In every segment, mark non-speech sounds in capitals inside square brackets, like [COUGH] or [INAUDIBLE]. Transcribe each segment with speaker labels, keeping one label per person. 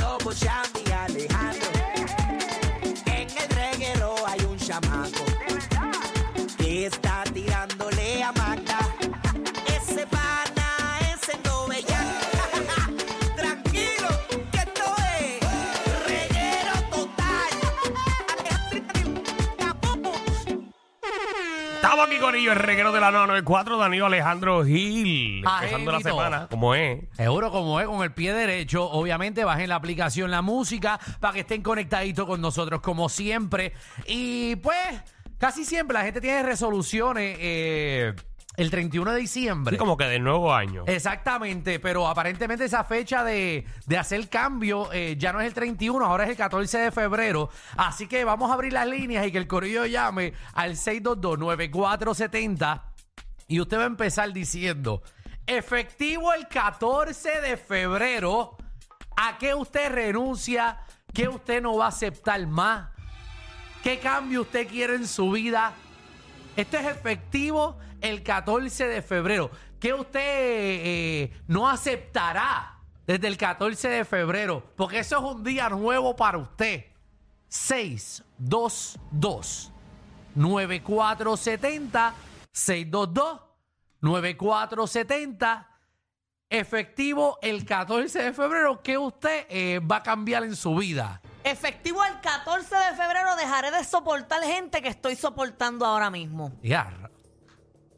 Speaker 1: como Chami y Alejandro. En el reguero hay un chamaco que está tirándole a Magda. Ese pana, ese no bellaco. [LAUGHS] Tranquilo, que esto es reguero total.
Speaker 2: Estamos aquí con ellos, el reguero de la 994, Danilo Alejandro Gil. Empezando la
Speaker 3: Ajejito.
Speaker 2: semana, como es.
Speaker 3: Seguro, como es, con el pie derecho. Obviamente, bajen la aplicación La Música para que estén conectaditos con nosotros, como siempre. Y pues, casi siempre la gente tiene resoluciones eh, el 31 de diciembre.
Speaker 2: Sí, como que de nuevo año.
Speaker 3: Eh, Exactamente, pero aparentemente esa fecha de, de hacer cambio eh, ya no es el 31, ahora es el 14 de febrero. Así que vamos a abrir las líneas y que el corrillo llame al 622-9470 y usted va a empezar diciendo, efectivo el 14 de febrero, ¿a qué usted renuncia? ¿Qué usted no va a aceptar más? ¿Qué cambio usted quiere en su vida? Esto es efectivo el 14 de febrero. ¿Qué usted eh, no aceptará desde el 14 de febrero? Porque eso es un día nuevo para usted. 622 9470 622 9470 Efectivo el 14 de febrero. ¿Qué usted eh, va a cambiar en su vida?
Speaker 4: Efectivo el 14 de febrero dejaré de soportar gente que estoy soportando ahora mismo.
Speaker 3: Ya.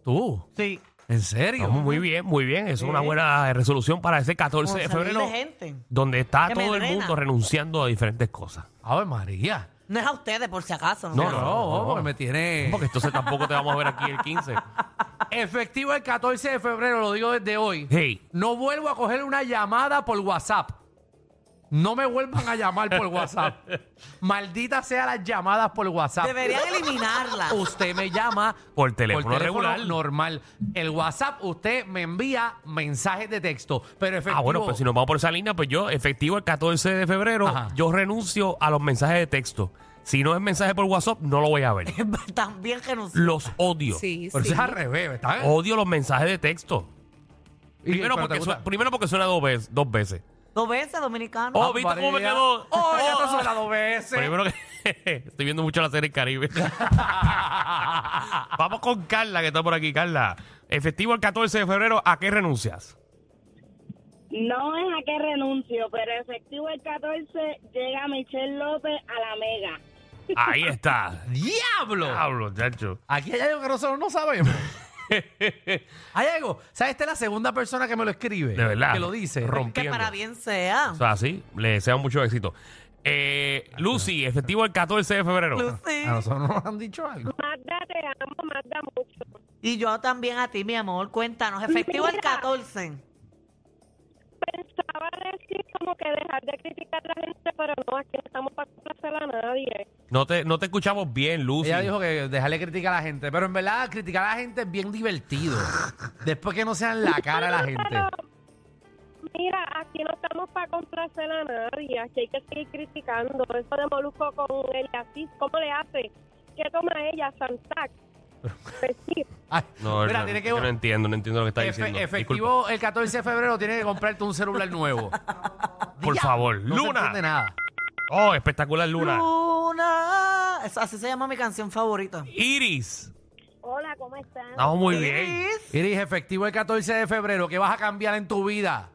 Speaker 3: ¿Tú?
Speaker 4: Sí.
Speaker 3: ¿En serio?
Speaker 2: Estamos muy bien, muy bien. Es una buena resolución para ese 14 de febrero,
Speaker 4: gente.
Speaker 2: donde está
Speaker 4: Que me
Speaker 2: todo el
Speaker 4: drena.
Speaker 2: mundo renunciando a diferentes cosas.
Speaker 3: Ave María.
Speaker 4: No es a ustedes por si acaso.
Speaker 2: No, no,
Speaker 3: No, no,
Speaker 2: no, no.
Speaker 3: porque me tiene.
Speaker 2: Porque entonces tampoco te vamos a ver aquí el 15.
Speaker 3: Efectivo el 14 de febrero, lo digo desde hoy.
Speaker 2: Hey,
Speaker 3: No vuelvo a coger una llamada por WhatsApp. No me vuelvan a llamar por WhatsApp. [LAUGHS] Maldita sea las llamadas por WhatsApp.
Speaker 4: Deberían
Speaker 3: [LAUGHS]
Speaker 4: eliminarla. [LAUGHS]
Speaker 3: Usted me llama
Speaker 2: Por teléfono regular.
Speaker 3: normal. El WhatsApp, usted me envía mensajes de texto. Pero efectivo.
Speaker 2: ah, bueno, pues si nos vamos por esa línea, pues yo, efectivo el 14 de febrero,
Speaker 3: Ajá.
Speaker 2: yo renuncio a los mensajes de texto. Si no es mensaje por WhatsApp, no lo voy a
Speaker 4: [LAUGHS]
Speaker 2: ver.
Speaker 4: También que no
Speaker 2: Los odio.
Speaker 5: Sí,
Speaker 3: Pero
Speaker 5: sí.
Speaker 3: eso es al revés, ¿está bien?
Speaker 2: Odio los mensajes de texto.
Speaker 3: Oh, Y-
Speaker 2: Primero
Speaker 3: pero te
Speaker 2: porque,
Speaker 3: gusta-
Speaker 2: su- primero porque suena dos veces. Dos veces.
Speaker 4: Dos veces dominicano.
Speaker 2: Oh, ¿viste cómo me
Speaker 3: Ah, María.
Speaker 2: quedó?
Speaker 3: Oh, ya
Speaker 2: Oh.
Speaker 3: te suena dos veces.
Speaker 2: Primero que [LAUGHS] estoy viendo mucho la serie [LAUGHS] Caribe. Vamos con Carla, que está por aquí. Carla, efectivo el 14 de febrero, ¿a qué renuncias?
Speaker 6: No es a que renuncio, pero efectivo el 14 llega Michelle López a la mega.
Speaker 2: Ahí está.
Speaker 3: ¡Diablo!
Speaker 2: Diablo, chacho.
Speaker 3: Aquí hay algo que nosotros no sabemos.
Speaker 2: [LAUGHS]
Speaker 3: hay algo. ¿Sabes? Esta es la segunda persona que me lo escribe.
Speaker 2: De verdad.
Speaker 3: Que lo dice.
Speaker 4: que
Speaker 2: Rompiendo.
Speaker 4: para bien sea.
Speaker 2: O sea, sí, le deseo mucho éxito. Eh, Lucy, efectivo el 14 de febrero.
Speaker 4: Lucy.
Speaker 3: A nosotros nos han dicho algo.
Speaker 6: Magda, te amo, Magda, mucho.
Speaker 4: Y yo también a ti, mi amor. Cuéntanos. Efectivo el
Speaker 6: Mira.
Speaker 4: 14.
Speaker 6: Pensaba decir como que dejar de criticar a la gente, pero no, aquí no estamos para complacer a nadie.
Speaker 2: No te, no te escuchamos bien, Lucy.
Speaker 3: Ella dijo que dejarle criticar a la gente. Pero en verdad, criticar a la gente es bien divertido. Después que no sean la cara a la gente.
Speaker 2: [LAUGHS]
Speaker 6: Pero, mira, aquí no estamos para complacer a nadie, aquí hay que seguir criticando. Eso de Molusco con el así, ¿cómo le hace? ¿Qué toma ella,
Speaker 2: [LAUGHS]
Speaker 6: Santac? Pues sí.
Speaker 3: Ay,
Speaker 2: No,
Speaker 3: mira,
Speaker 2: no,
Speaker 3: tiene que.
Speaker 2: yo no entiendo, no entiendo lo que está
Speaker 3: Efe-
Speaker 2: diciendo. Disculpa.
Speaker 3: efectivo, el 14 de febrero tiene que comprarte un celular nuevo.
Speaker 2: [LAUGHS] Por
Speaker 3: Diablo,
Speaker 2: favor,
Speaker 3: no
Speaker 2: Luna.
Speaker 3: Se entiende nada.
Speaker 2: Oh, espectacular, Luna.
Speaker 4: Luna. Eso- así se llama mi canción favorita.
Speaker 2: Iris.
Speaker 6: Hola, ¿cómo están?
Speaker 2: Estamos muy bien.
Speaker 4: Iris.
Speaker 3: Iris, efectivo el 14 de febrero. ¿Qué vas a cambiar en tu vida?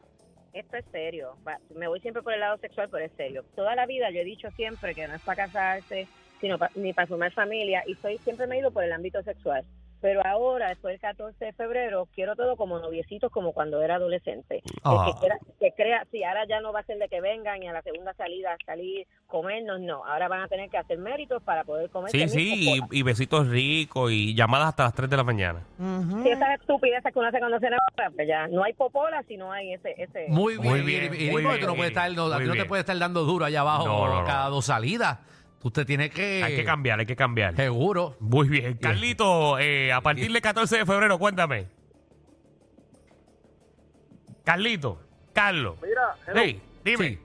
Speaker 7: Esto es serio. Va- Me voy siempre por el lado sexual, pero es serio. Toda la vida yo he dicho siempre que no es para casarse, sino pa- ni para formar familia, y soy siempre me he ido por el ámbito sexual. Pero ahora, después del 14 de febrero, quiero todo como noviecitos, como cuando era adolescente.
Speaker 2: Ah.
Speaker 7: El que, quiera- que crea, sí, ahora ya no va a ser de que vengan y a la segunda salida salir, comernos, no. Ahora van a tener que hacer méritos para poder comer.
Speaker 6: Pues
Speaker 2: Sí, sí, y, y besitos ricos y llamadas hasta las 3 de la mañana.
Speaker 4: Ujú.
Speaker 7: Si esas estupideces que uno hace cuando se enamora, pues ya no hay popola si no hay ese... ese
Speaker 3: Muy bien,
Speaker 2: Muy bien,
Speaker 3: Iri- Iri,
Speaker 2: muy
Speaker 3: porque
Speaker 2: bien,
Speaker 3: tú no puedes
Speaker 2: Iri,
Speaker 3: estar, no, a
Speaker 2: muy
Speaker 3: ti no te
Speaker 2: bien.
Speaker 3: puedes estar dando duro allá abajo
Speaker 2: No, no, no.
Speaker 3: cada dos salidas. Usted tiene que.
Speaker 2: Hay que cambiar, hay que cambiar.
Speaker 3: Seguro.
Speaker 2: Muy bien. Carlito, eh, a partir del 14 de febrero, cuéntame. Carlito, Carlos.
Speaker 8: Mira, hello.
Speaker 2: Hey, dime.
Speaker 3: Sí.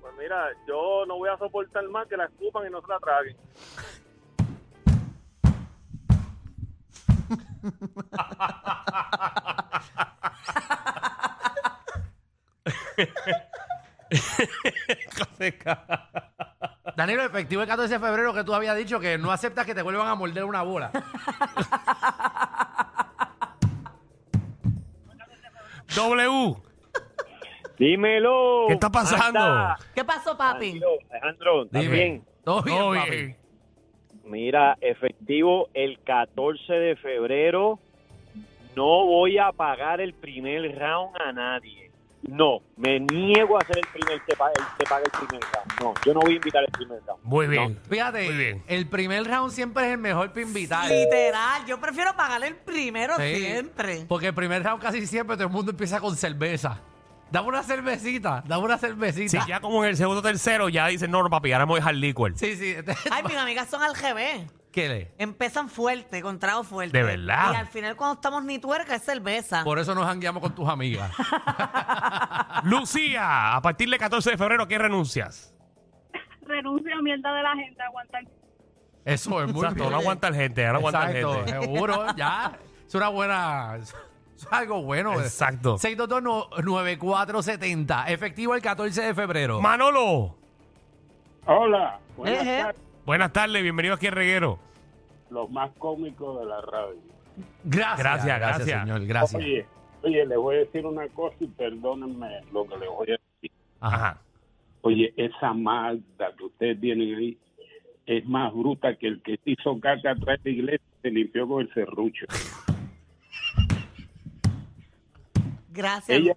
Speaker 8: pues mira, yo no voy a soportar más que la escupan y no se la traguen.
Speaker 2: seca.
Speaker 3: Danilo, efectivo el 14 de febrero que tú habías dicho que no aceptas que te vuelvan a morder una bola.
Speaker 2: [LAUGHS] W,
Speaker 8: Dímelo.
Speaker 2: ¿qué está pasando?
Speaker 8: Anda.
Speaker 4: ¿Qué pasó, papi?
Speaker 8: Tranquilo, Alejandro, también.
Speaker 3: Todo bien,
Speaker 2: Oye,
Speaker 3: papi?
Speaker 8: Mira, efectivo el 14 de febrero. No voy a pagar el primer round a nadie. No, me niego a ser el primer que pague, el, que pague el primer round. No, yo no voy a invitar el primer round.
Speaker 2: muy bien.
Speaker 3: Fíjate,
Speaker 2: Muy bien.
Speaker 3: el primer round siempre es el mejor para invitar.
Speaker 4: Literal, yo prefiero pagarle el primero
Speaker 3: Sí.
Speaker 4: siempre.
Speaker 3: Porque el primer round casi siempre todo el mundo empieza con cerveza. Dame una cervecita, dame una
Speaker 2: Sí,
Speaker 3: cervecita.
Speaker 2: ya como en el segundo tercero ya dicen, no, no, papi, ahora me voy a dejar licor.
Speaker 3: sí. sí. [LAUGHS]
Speaker 4: Ay, mis amigas son al GB.
Speaker 3: ¿Qué le?
Speaker 4: Empiezan fuerte, con trago fuerte.
Speaker 2: ¿De verdad?
Speaker 4: Y al final cuando estamos ni tuerca es cerveza.
Speaker 3: Por eso nos jangueamos con tus amigas.
Speaker 2: Lucía, a partir del 14 de febrero, ¿a ¿qué renuncias?
Speaker 6: Renuncio a mierda de la gente, aguantar.
Speaker 3: Eso es muy
Speaker 2: Exacto,
Speaker 3: bien.
Speaker 2: no aguantar gente, no aguantar
Speaker 3: Exacto,
Speaker 2: gente.
Speaker 3: seguro, ya. Es una buena. Es algo bueno.
Speaker 2: Exacto.
Speaker 3: 6229470. Efectivo el 14 de febrero.
Speaker 2: Manolo,
Speaker 5: Hola, buenas
Speaker 4: Ejé.
Speaker 5: tardes,
Speaker 2: buenas tardes, bienvenido aquí a Reguero.
Speaker 5: los más cómicos de la radio.
Speaker 3: gracias,
Speaker 2: Gracias, gracias.
Speaker 3: señor. Gracias. [LAUGHS]
Speaker 5: Oye, oye, les voy a decir una cosa y perdónenme lo que les voy a decir.
Speaker 3: Ajá.
Speaker 5: Oye, esa Magda que ustedes tienen ahí es más bruta que el que se hizo caca atrás de la iglesia y se limpió con el serrucho.
Speaker 4: Gracias.
Speaker 5: Ella,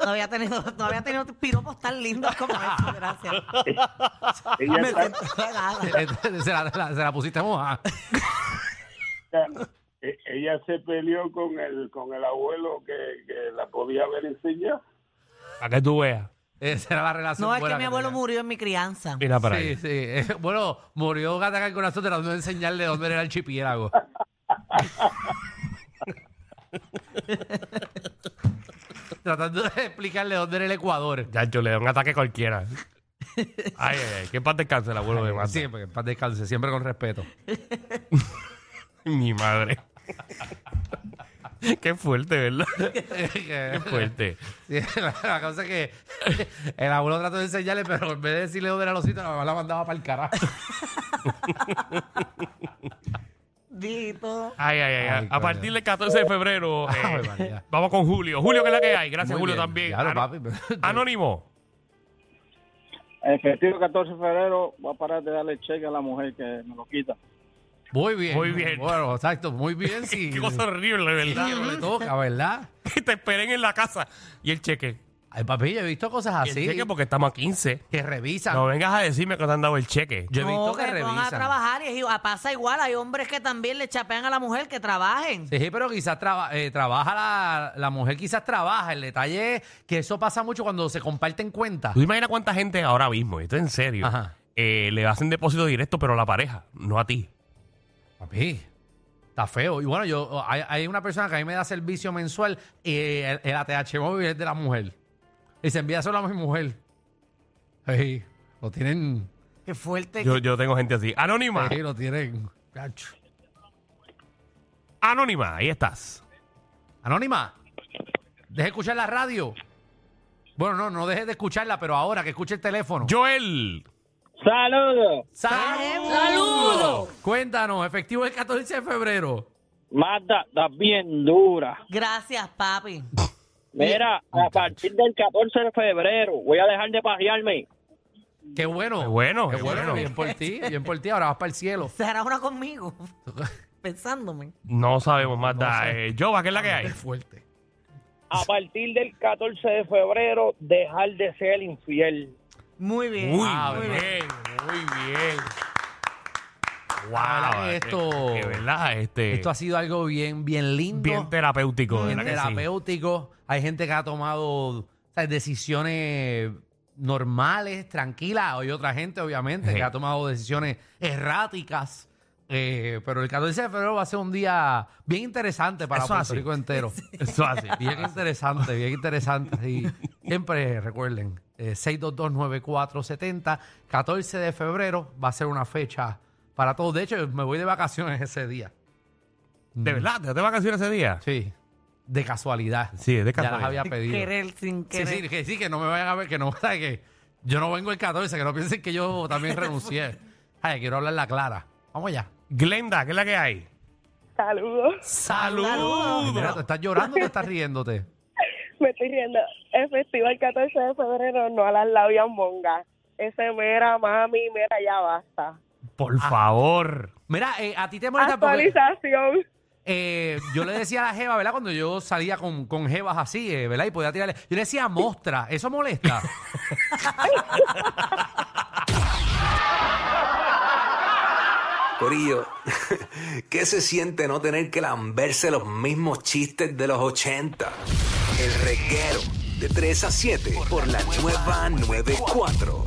Speaker 4: No había tenido, no había tenido piropos tan lindos como estos, gracias.
Speaker 5: ella
Speaker 4: Me
Speaker 5: está-
Speaker 4: siento halagada.
Speaker 3: Eh, se, la, la- se la pusiste moja.
Speaker 5: e- ella se peleó con el con el abuelo que, que la podía haber enseñado.
Speaker 2: Para que tú veas.
Speaker 3: Esa era Eh, la relación.
Speaker 4: No, es que
Speaker 3: buena
Speaker 4: mi abuelo
Speaker 3: tenía.
Speaker 4: murió en mi crianza.
Speaker 2: Mira para ahí.
Speaker 3: Sí, sí. Eh, Bueno, murió un ataque al corazón tratando de enseñarle dónde era el
Speaker 2: [LAUGHS]
Speaker 3: archipiélago. tratando de explicarle dónde era el Ecuador.
Speaker 2: Ya, yo le da un ataque a cualquiera. Ay, ay, ay, qué paz descanse el abuelo de Marta.
Speaker 3: Siempre, paz descanse, siempre con respeto.
Speaker 2: Mi madre. qué fuerte, ¿verdad? Qué fuerte.
Speaker 3: [LAUGHS] Sí, la, la cosa es que [LAUGHS] el abuelo trató de enseñarle, pero en vez de decirle dónde era los sitios, la mamá la mandaba para el carajo.
Speaker 4: Dito.
Speaker 2: Ay, ay, ay.
Speaker 3: Ay,
Speaker 2: a
Speaker 3: coño.
Speaker 2: partir del 14 de febrero, eh,
Speaker 3: Ay, María.
Speaker 2: vamos con Julio. Julio, que es la que hay. Gracias,
Speaker 3: Muy
Speaker 2: Julio,
Speaker 3: bien.
Speaker 2: también. Ah,
Speaker 3: Ya lo,
Speaker 2: Ano-
Speaker 3: papi.
Speaker 2: Anónimo.
Speaker 9: Efectivo 14 de febrero, voy a parar de darle cheque a la mujer que me lo quita.
Speaker 3: [LAUGHS] Muy bien.
Speaker 2: Muy bien.
Speaker 3: Bueno, exacto, muy bien. Sí.
Speaker 2: Qué
Speaker 3: [LAUGHS]
Speaker 2: cosa horrible, ¿verdad?
Speaker 3: Sí, le toca, ¿verdad?
Speaker 2: que [LAUGHS] te esperen en la casa. Y el cheque.
Speaker 3: Ay, papi, yo he visto cosas
Speaker 2: Y El
Speaker 3: así.
Speaker 2: cheque porque estamos a 15.
Speaker 3: Que revisan.
Speaker 2: No vengas a decirme que te han dado el cheque.
Speaker 3: Yo he visto
Speaker 4: No,
Speaker 3: que,
Speaker 4: que van a
Speaker 3: revisan.
Speaker 4: trabajar y es igual, pasa igual. Hay hombres que también le chapean a la mujer que trabajen.
Speaker 3: Sí, pero quizás traba- eh, trabaja la, la mujer, quizás trabaja. El detalle es que eso pasa mucho cuando se comparten cuentas.
Speaker 2: ¿Tú te imaginas cuánta gente ahora mismo, y esto es en serio,
Speaker 3: Ajá.
Speaker 2: eh, le hacen depósito directo, pero a la pareja, no a ti?
Speaker 3: Papi, está feo. Y bueno, yo oh, hay, hay una persona que a mí me da servicio mensual y el, el ATH móvil es de la mujer. Y se envía solo a mi mujer. Sí, lo tienen.
Speaker 4: Qué fuerte.
Speaker 2: Yo, yo tengo gente así. Anónima.
Speaker 3: Sí, lo tienen. Cacho.
Speaker 2: Anónima, ahí estás.
Speaker 3: Anónima, deje de escuchar la radio. Bueno, no, no dejes de escucharla, pero ahora que escuche el teléfono.
Speaker 2: Joel.
Speaker 9: Saludos.
Speaker 4: ¡Saludos!
Speaker 3: Cuéntanos, efectivo el 14 de febrero.
Speaker 9: Magda, estás bien dura.
Speaker 4: Gracias, papi.
Speaker 9: Mira, a partir del 14 de febrero voy a dejar de pajearme.
Speaker 3: Qué bueno.
Speaker 2: Qué bueno,
Speaker 3: Qué
Speaker 2: qué
Speaker 3: bueno.
Speaker 2: bueno.
Speaker 3: Bien por ti, bien por ti. Ahora vas para el cielo.
Speaker 4: ¿Se hará
Speaker 3: [LAUGHS]
Speaker 4: una conmigo? Pensándome.
Speaker 2: No sabemos más. da-
Speaker 3: sé.
Speaker 2: eh, Jova, ¿qué es la que hay?
Speaker 3: Es fuerte.
Speaker 9: A partir del 14 de febrero, dejar de ser infiel.
Speaker 4: Muy bien.
Speaker 2: Muy
Speaker 3: Ah,
Speaker 2: bien, muy bien.
Speaker 3: La
Speaker 2: Wow.
Speaker 3: verdad que esto-
Speaker 2: De verdad, este.
Speaker 3: Esto ha sido algo bien, bien lindo.
Speaker 2: bien terapéutico,
Speaker 3: bien
Speaker 2: ¿verdad que sí?
Speaker 3: terapéutico. Hay gente que ha tomado o sea, decisiones normales, tranquilas. Hay otra gente, obviamente,
Speaker 2: Sí.
Speaker 3: que ha tomado decisiones erráticas. Eh, pero el 14 de febrero va a ser un día bien interesante para
Speaker 2: Eso
Speaker 3: Puerto
Speaker 2: así. [LAUGHS]
Speaker 3: Rico entero.
Speaker 2: Eso
Speaker 3: [LAUGHS]
Speaker 2: así.
Speaker 3: Bien interesante, bien interesante. sí. Siempre recuerden, eh, 6229470, 14 de febrero va a ser una fecha para todos. De hecho, me voy de vacaciones ese día.
Speaker 2: De verdad, ¿te vas de vacaciones ese día?
Speaker 3: Sí, de casualidad.
Speaker 2: Sí, es de
Speaker 3: Ya las
Speaker 2: casualidad.
Speaker 3: había pedido.
Speaker 4: Querer sin
Speaker 3: Sí,
Speaker 4: querer.
Speaker 3: sí, que sí, que no [LAUGHS] me vayan a ver, que no, ¿sabes qué? Yo no vengo el 14, que no piensen que yo
Speaker 2: [LAUGHS]
Speaker 3: también renuncié. Ay, quiero hablar la clara. Vamos allá.
Speaker 2: Glenda, ¿qué es la que hay?
Speaker 6: Saludos.
Speaker 3: Ay, mira, ¿te estás llorando o te estás riéndote?
Speaker 6: Me estoy riendo. El festival 14 de febrero no a las labias mongas. Ese mera, mami, mira, ya basta.
Speaker 2: Por
Speaker 3: Ah.
Speaker 2: favor.
Speaker 3: Mira, eh, a ti te molesta porque
Speaker 6: Actualización.
Speaker 3: eh, yo le decía a la Jeva, ¿verdad? Cuando yo salía con, con Jevas así, eh, ¿verdad? Y podía tirarle. Yo le decía mostra, ¿eso molesta?
Speaker 10: Corillo, [LAUGHS] ¿qué se siente no tener que lamberse los mismos chistes de los 80? El reguero de 3 a 7 por la nueva 94.